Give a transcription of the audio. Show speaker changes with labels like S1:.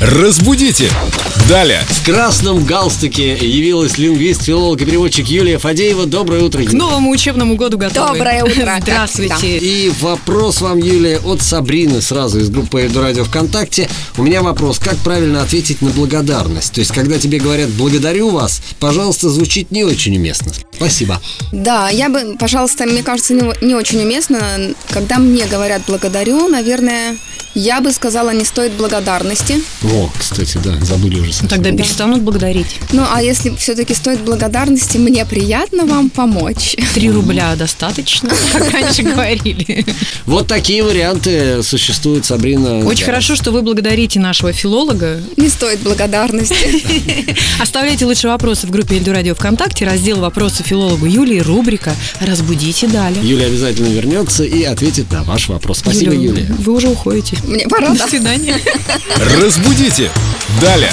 S1: Разбудите! Далее!
S2: В красном галстуке явилась лингвист, филолог и переводчик Юлия Фадеева. Доброе утро,
S3: К
S2: Юлия.
S3: новому учебному году готовы.
S4: Доброе утро.
S3: Здравствуйте.
S2: И вопрос вам, Юлия, от Сабрины сразу из группы Эду Радио ВКонтакте. У меня вопрос, как правильно ответить на благодарность? То есть, когда тебе говорят «благодарю вас», пожалуйста, звучит не очень уместно. Спасибо.
S4: Да, я бы, пожалуйста, мне кажется, не, не очень уместно, когда мне говорят благодарю, наверное, я бы сказала, не стоит благодарности.
S2: О, кстати, да, забыли уже совсем.
S3: Тогда перестанут благодарить.
S4: Ну, а если все-таки стоит благодарности, мне приятно вам помочь.
S3: Три рубля достаточно, как раньше говорили.
S2: Вот такие варианты существуют, Сабрина.
S3: Очень
S2: Да.
S3: хорошо, что вы благодарите нашего филолога.
S4: Не стоит благодарности.
S3: Оставляйте лучше вопросы в группе Эльду Радио ВКонтакте, раздел «Вопросы филологу Юлии», рубрика «Разбудите далее».
S2: Юлия обязательно вернется и ответит на ваш вопрос. Спасибо, Юлия.
S3: Вы уже уходите.
S4: Мне пора, Ну да?
S3: До свидания.
S1: Разбудите! Далее!